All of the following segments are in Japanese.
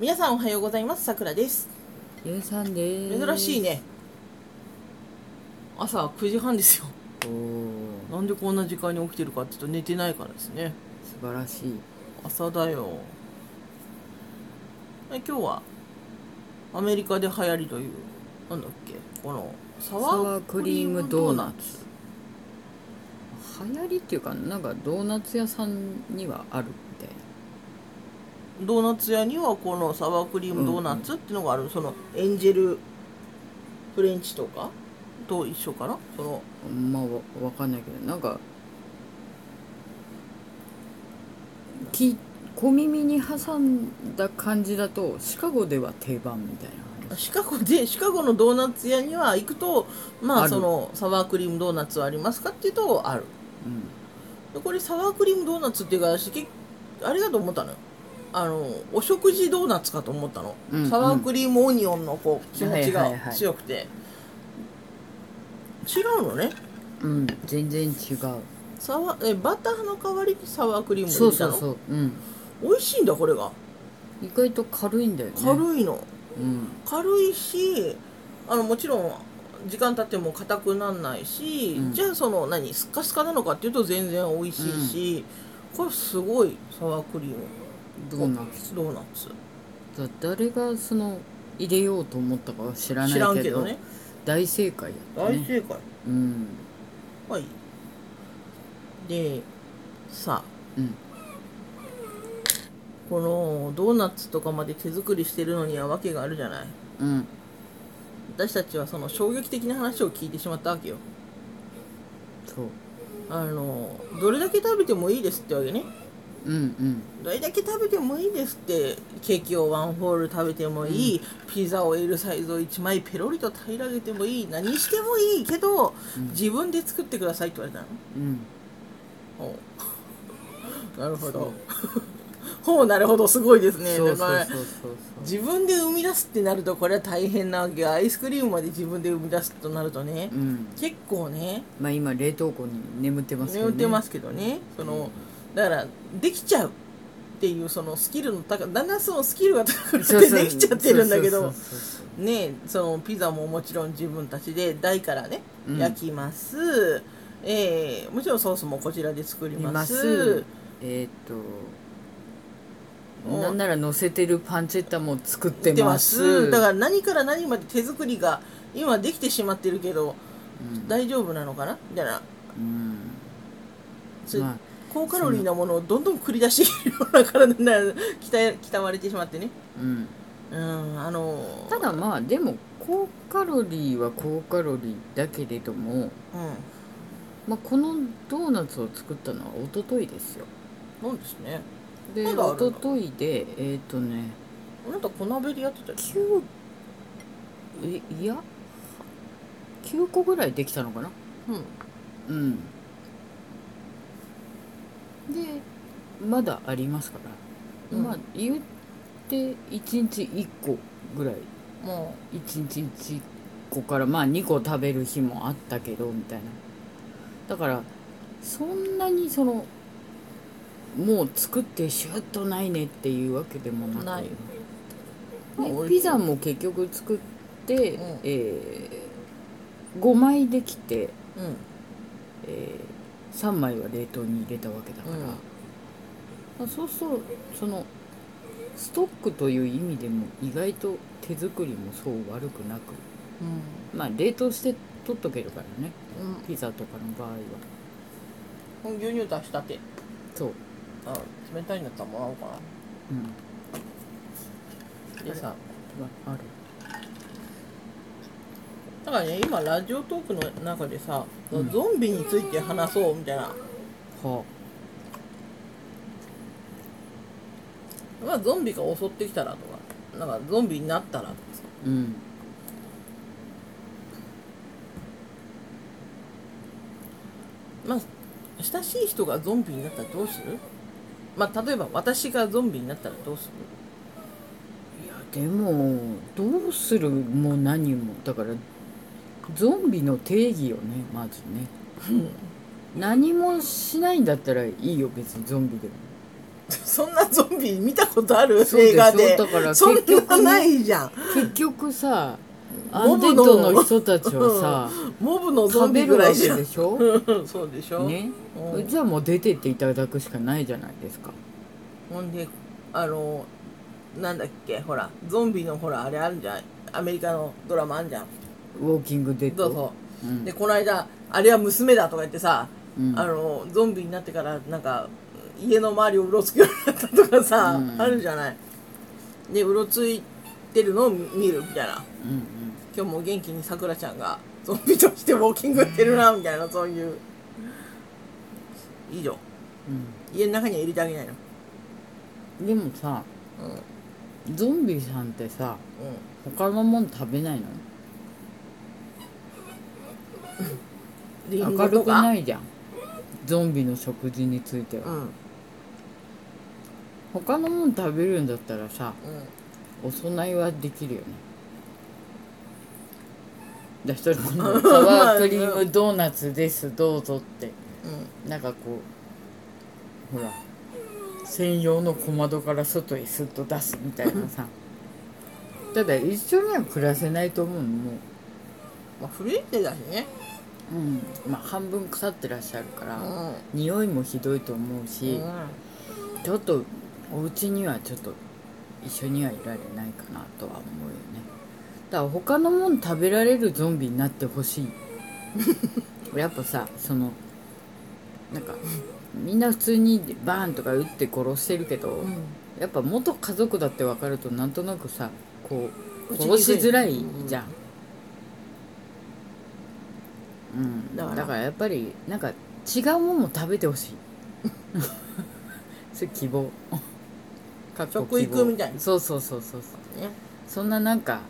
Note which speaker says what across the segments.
Speaker 1: 皆さんおはようございますさくらです
Speaker 2: ゆうさんです
Speaker 1: 珍しいね朝9時半ですよ
Speaker 2: おー
Speaker 1: なんでこんな時間に起きてるかっていうと寝てないからですね
Speaker 2: 素晴らしい
Speaker 1: 朝だよえ今日はアメリカで流行りというなんだっけこのサ
Speaker 2: サ
Speaker 1: ワ
Speaker 2: ワ
Speaker 1: ー
Speaker 2: ー
Speaker 1: ク
Speaker 2: ク
Speaker 1: リ
Speaker 2: リ
Speaker 1: ー
Speaker 2: ー
Speaker 1: ム
Speaker 2: ム
Speaker 1: ド
Speaker 2: ド
Speaker 1: ー
Speaker 2: ー
Speaker 1: ナ
Speaker 2: ナ
Speaker 1: ツ
Speaker 2: 流行りっていうかなんかドーナツ屋さんにはあるみたいな
Speaker 1: ドーナツ屋にはこのサワークリームドーナツっていうのがある、そのエンジェルフレンチとかと一緒かなその
Speaker 2: あんまわわかんないけどなんかき小耳に挟んだ感じだとシカゴでは定番みたいな
Speaker 1: シカゴでシカゴのドーナツ屋には行くとまあ
Speaker 2: ある
Speaker 1: そのサワークリームドーナツはありますかっていうとある
Speaker 2: うん
Speaker 1: でこれサワークリームドーナツっていうから私結あれだと思ったのよあのお食事ドーナツかと思ったの、
Speaker 2: うん
Speaker 1: サワークリームオニオンのこう気持ち
Speaker 2: はい
Speaker 1: が
Speaker 2: はいはい
Speaker 1: 強くて、違うのね
Speaker 2: うん全然違う
Speaker 1: サワえバターの代わりにサワークリーム
Speaker 2: そ
Speaker 1: 入
Speaker 2: う
Speaker 1: れた
Speaker 2: そ
Speaker 1: の
Speaker 2: うそううん
Speaker 1: 美味しいんだこれが
Speaker 2: 意外と軽いんだよね
Speaker 1: 軽いの、
Speaker 2: うん
Speaker 1: 軽いしあのもちろん時間経っても硬くならないし、
Speaker 2: うん
Speaker 1: じゃあその何スッカスカなのかっていうと全然美味しいし、これすごいサワークリーム
Speaker 2: ドーナツ
Speaker 1: ドーナツ
Speaker 2: だ誰がその入れようと思ったかは知らない
Speaker 1: 知
Speaker 2: け
Speaker 1: ら
Speaker 2: ど
Speaker 1: んけどね
Speaker 2: 大正解だった
Speaker 1: 大
Speaker 2: ね
Speaker 1: 正解、
Speaker 2: うん
Speaker 1: はいでさあ
Speaker 2: うん
Speaker 1: このドーナツとかまで手作りしてるのには訳があるじゃない
Speaker 2: うん
Speaker 1: 私たちはその衝撃的な話を聞いてしまったわけよ
Speaker 2: そう
Speaker 1: あのどれだけ食べてもいいですってわけね
Speaker 2: うん
Speaker 1: どれだけ食べてもいいですってケーキをワンホール食べてもいい、ピザを L サイズを1枚ペロリと平らげてもいい何してもいいけど、
Speaker 2: うん
Speaker 1: 自分で作ってくださいって言われた
Speaker 2: うんうん
Speaker 1: のほう なるほど ほうなるほどすごいですね
Speaker 2: そうそうそう
Speaker 1: だから
Speaker 2: そうそう
Speaker 1: 自分で生み出すってなるとこれは大変なわけよアイスクリームまで自分で生み出すとなるとね、
Speaker 2: うん
Speaker 1: 結構ね
Speaker 2: まあ今冷凍庫に眠ってますけど
Speaker 1: 眠
Speaker 2: ね
Speaker 1: ってますけどねそのだからできちゃうっていうそのスキルの高だんだんそのスキルが高くなっ
Speaker 2: そう
Speaker 1: て
Speaker 2: そう
Speaker 1: できちゃってるんだけ
Speaker 2: そう
Speaker 1: ど
Speaker 2: そうそうそう
Speaker 1: ねそのピザももちろん自分たちで台からね
Speaker 2: うん
Speaker 1: 焼きます、えーもちろんソースもこちらで作り
Speaker 2: 見
Speaker 1: ま
Speaker 2: ますすえーっと
Speaker 1: お
Speaker 2: なんなら乗せてるパンチェッタも作っ
Speaker 1: 作
Speaker 2: て
Speaker 1: って
Speaker 2: ま
Speaker 1: ますすだから何から何まで手作りが今できてしまってるけど
Speaker 2: うん
Speaker 1: 大丈夫なのかなみたいな
Speaker 2: うん
Speaker 1: そう
Speaker 2: まあ
Speaker 1: 高カロリーなものをどんどん繰り出しているような体になる鍛え鍛われてしまってね
Speaker 2: うん
Speaker 1: うんあのー
Speaker 2: ただまあでも高カロリーは高カロリーだけれども、
Speaker 1: う
Speaker 2: まあ、このドーナツを作ったのは一昨日ですよ
Speaker 1: んなんですね
Speaker 2: で
Speaker 1: まだあるの
Speaker 2: 一昨日でえっ、とね
Speaker 1: あなた小鍋でやってたよ
Speaker 2: 9えいや9個ぐらいできたのかな
Speaker 1: うん
Speaker 2: うんでまだありますから、
Speaker 1: うん
Speaker 2: まあ言って1日1個ぐらい
Speaker 1: も
Speaker 2: 1日1個からまあ2個食べる日もあったけどみたいなだからそんなにそのもう作ってシュッとないねっていうわけでもなく
Speaker 1: ない
Speaker 2: ね
Speaker 1: まあ美味しい
Speaker 2: ピザも結局作って、
Speaker 1: うん
Speaker 2: え5枚でき
Speaker 1: うう
Speaker 2: て、
Speaker 1: ん
Speaker 2: え3枚は冷凍に入れたわけだから、
Speaker 1: うん
Speaker 2: まあ、そうするとそのストックという意味でも意外と手作りもそう悪くなくまあ冷凍して取っとけるからね
Speaker 1: うん
Speaker 2: ピザとかの場合は
Speaker 1: うん牛乳出したて
Speaker 2: そう、
Speaker 1: あ冷たいんだったらもらおうか
Speaker 2: うん、
Speaker 1: なでさ
Speaker 2: ある
Speaker 1: だからね今ラジオトークの中でさ、ゾンビについて話そうみたいな
Speaker 2: は
Speaker 1: まあゾンビが襲ってきたらとかなんかゾンビになったらとかさ
Speaker 2: あうん
Speaker 1: まあ親しい人がゾンビになったらどうするまあ例えば私がゾンビになったらどうする
Speaker 2: いやでもどうするも何もだからゾンビの定義をねまずね何もしないんだったらいいよ別にゾンビでも
Speaker 1: そんなゾンビ見たことある
Speaker 2: そうでしょ
Speaker 1: 映画で
Speaker 2: だから
Speaker 1: そん
Speaker 2: 結局
Speaker 1: な
Speaker 2: ね
Speaker 1: ないじゃん
Speaker 2: 結局さア
Speaker 1: モ
Speaker 2: ンデ
Speaker 1: ブ
Speaker 2: ッ
Speaker 1: の
Speaker 2: ドの人たちはさ
Speaker 1: モブのゾ
Speaker 2: 食
Speaker 1: ン
Speaker 2: べ
Speaker 1: ビ
Speaker 2: る
Speaker 1: ぐ
Speaker 2: わ
Speaker 1: ら
Speaker 2: け
Speaker 1: いじゃ
Speaker 2: で
Speaker 1: ん
Speaker 2: しょ、
Speaker 1: そうでしょ、
Speaker 2: ね
Speaker 1: うん
Speaker 2: じゃあもう出てっていただくしかないじゃないですか
Speaker 1: ほんであのなんだっけほらゾンビのほらあれあるじゃんアメリカのドラマあるじゃん
Speaker 2: ウォーキングデッ
Speaker 1: ど
Speaker 2: ド
Speaker 1: うぞ、
Speaker 2: うん
Speaker 1: でこの間あれは娘だとか言ってさ、
Speaker 2: うん
Speaker 1: あのゾンビになってからなんか家の周りをうろつくようになったとかさ、
Speaker 2: うん
Speaker 1: あるじゃないでうろついてるのを見るみたいな
Speaker 2: うんうん
Speaker 1: 今日も元気にさくらちゃんがゾンビとしてウォーキングしてるなみたいなそういう以上家の中には入れてあげないの
Speaker 2: うんでもさ
Speaker 1: うんうん
Speaker 2: ゾンビさんってさ他のもん食べないの
Speaker 1: リン
Speaker 2: 明
Speaker 1: ゴ
Speaker 2: る
Speaker 1: と
Speaker 2: く
Speaker 1: か
Speaker 2: ないじゃんゾンビの食事については、
Speaker 1: うんうん
Speaker 2: 他のもん食べるんだったらさお供えはできるよねだからそれこ のサワークリームドーナツですどうぞって
Speaker 1: うん
Speaker 2: なんかこうほら専用の小窓から外へスッと出すみたいなさただ一緒には暮らせないと思うのも
Speaker 1: まあ古い手だしね
Speaker 2: う、うんまあ、半分腐ってらっしゃるか
Speaker 1: う
Speaker 2: ら、
Speaker 1: んうん
Speaker 2: 匂いもひどいと思うし、ちょっとお家にはちょっと一緒にはいられないかなとは思うよねだから他のもん食べられるゾンビになって ほしいやっぱさそのなんかみんな普通にバーンとか撃って殺してるけど、
Speaker 1: うん
Speaker 2: やっぱ元家族だって分かるとなんとなくさこう
Speaker 1: 打ちにくい
Speaker 2: 殺しづらいじゃん、うん
Speaker 1: だ
Speaker 2: だ
Speaker 1: か
Speaker 2: かららやっぱりなんか違うもんも食べて ほしいそれ希望かっこ希望
Speaker 1: 食育みたいな
Speaker 2: そうそうそうそうそう
Speaker 1: ね
Speaker 2: そんななんか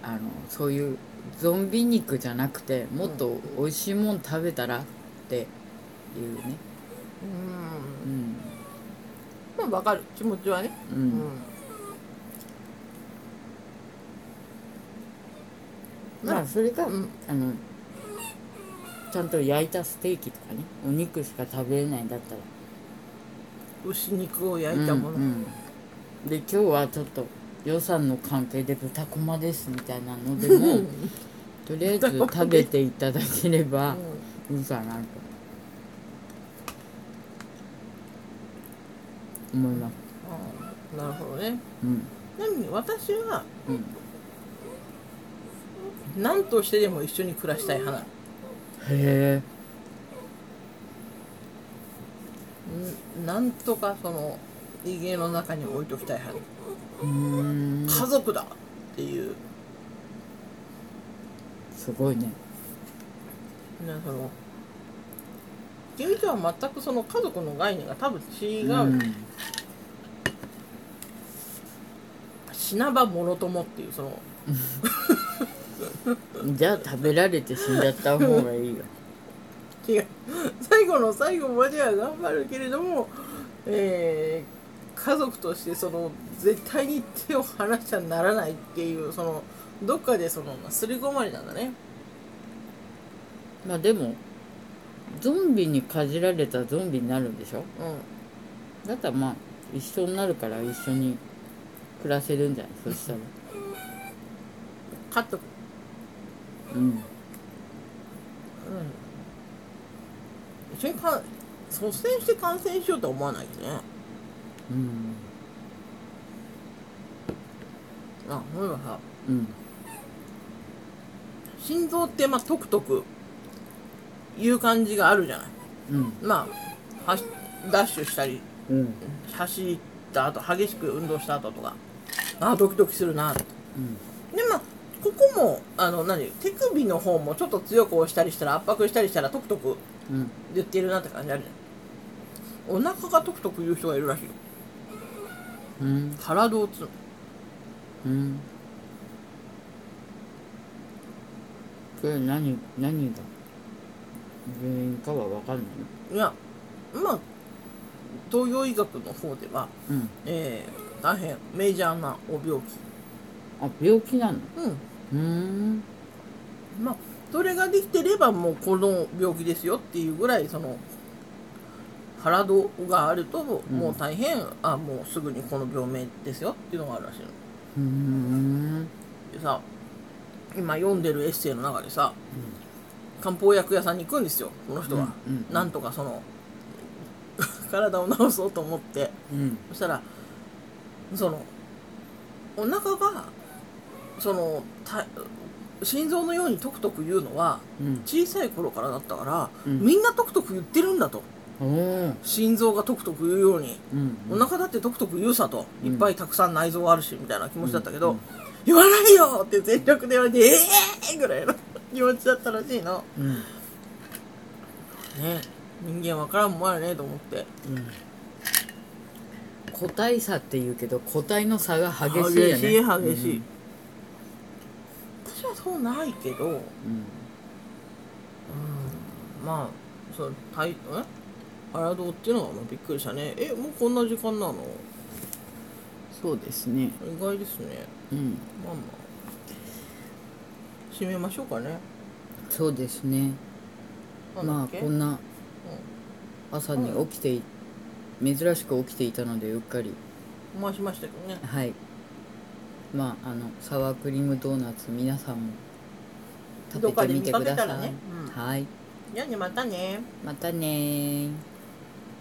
Speaker 2: あのそういうゾンビ肉じゃなくてもっと美味しいもん食べたらっていうね
Speaker 1: うん
Speaker 2: うん
Speaker 1: まあわかる気持ちはね
Speaker 2: う、
Speaker 1: うんん
Speaker 2: まあそれか、
Speaker 1: うん
Speaker 2: あのちゃんと焼いたステーキとかねお肉しか食べれないんだったら
Speaker 1: 牛肉を焼いたも
Speaker 2: うんう
Speaker 1: の
Speaker 2: んで今日はちょっと予算の関係で豚こまですみたいなのでもとりあえず食べていただければいいかなと思います
Speaker 1: うんなるほどね
Speaker 2: うん
Speaker 1: ちなみに私は
Speaker 2: うん
Speaker 1: 何としてでも一緒に暮らしたい派なの
Speaker 2: へえ
Speaker 1: うんなんとかその家の中に置いときたい派
Speaker 2: うーん
Speaker 1: 家族だっていう
Speaker 2: すごいね
Speaker 1: ねその君とは全くその家族の概念が多分違う、
Speaker 2: ん
Speaker 1: 死なばもろともっていうその
Speaker 2: じゃあ食べられて死んじゃった方がいいよ
Speaker 1: 違う 最後の最後までは頑張るけれども、えー家族としてその絶対に手を離しちゃならないっていうそのどっかでそのまあ刷り込まれたんだね
Speaker 2: まあでもゾンビにかじられたらゾンビになるんでしょ
Speaker 1: う
Speaker 2: だったらまあ一緒になるから一緒に暮らせるんじゃないそしたら
Speaker 1: ん家族
Speaker 2: うん
Speaker 1: うん一緒にか率先して感染しようとは思わないよね
Speaker 2: うん
Speaker 1: あそういえばさ
Speaker 2: うん
Speaker 1: 心臓ってまあとくとくいう感じがあるじゃない
Speaker 2: うん
Speaker 1: まあはしダッシュしたり
Speaker 2: うん
Speaker 1: 走った後激しく運動した後とかあドキドキするなでまあここもあの何手首の方もちょっと強く押したりしたら圧迫したりしたらトクトク
Speaker 2: うん
Speaker 1: 言ってるなって感じあるじゃんお腹がトクトク言う人がいるらしいよ
Speaker 2: うん
Speaker 1: 体をつうの
Speaker 2: うんそれ何何が原因かは分かんない
Speaker 1: いやまあ東洋医学の方では、
Speaker 2: のうん
Speaker 1: えー、大変メジャーなお病気
Speaker 2: あ病気なの
Speaker 1: うん
Speaker 2: うーん
Speaker 1: まあそれができてればもうこの病気ですよっていうぐらいその腹どがあるとも
Speaker 2: うん
Speaker 1: う大変、あもうすぐにこの病名ですよっていうのがあるらしいの。
Speaker 2: うーん
Speaker 1: でさ今読んでるエッセイの中でさ、漢方薬屋さんに行くんですよこの人は、
Speaker 2: うんうん
Speaker 1: なんとかその 体を治そうと思って
Speaker 2: うん
Speaker 1: そしたらそのお腹がそのた心臓のようにトクトク言うのは
Speaker 2: うん
Speaker 1: 小さい頃からだったから、
Speaker 2: うん
Speaker 1: みんなトクトク言ってるんだと
Speaker 2: おー
Speaker 1: 心臓がトクトク言うように
Speaker 2: うん
Speaker 1: お腹だってトクトク言うさと、
Speaker 2: うん
Speaker 1: いっぱいたくさん内臓あるしみたいな気持ちだったけど、
Speaker 2: うんうん
Speaker 1: 言わないよって全力で言われてええー、ぐらいの気持ちだったらしいの
Speaker 2: うん
Speaker 1: ね人間わからんもんやねと思って
Speaker 2: 個体差って言うけど個体の差が激しいよね
Speaker 1: 激しい激しい、私はそうないけど、うん、
Speaker 2: うん
Speaker 1: まあその体え腹どうっていうのはもうびっくりしたねえもうこんな時間なの
Speaker 2: そうですね
Speaker 1: 意外ですね
Speaker 2: うん
Speaker 1: まあまあ締めましょうかね
Speaker 2: そうですね
Speaker 1: なんだ
Speaker 2: ま
Speaker 1: っ
Speaker 2: あ
Speaker 1: け、
Speaker 2: こんな朝に起きてい珍しく起きていたのでうっかり
Speaker 1: うん、回しましたけどね
Speaker 2: はいまああのサワークリームドーナツ皆さんも食べてみてくだ
Speaker 1: どっかで見かけた
Speaker 2: さ
Speaker 1: ら
Speaker 2: い、
Speaker 1: ねうん
Speaker 2: はい
Speaker 1: じゃあねまたね
Speaker 2: またねー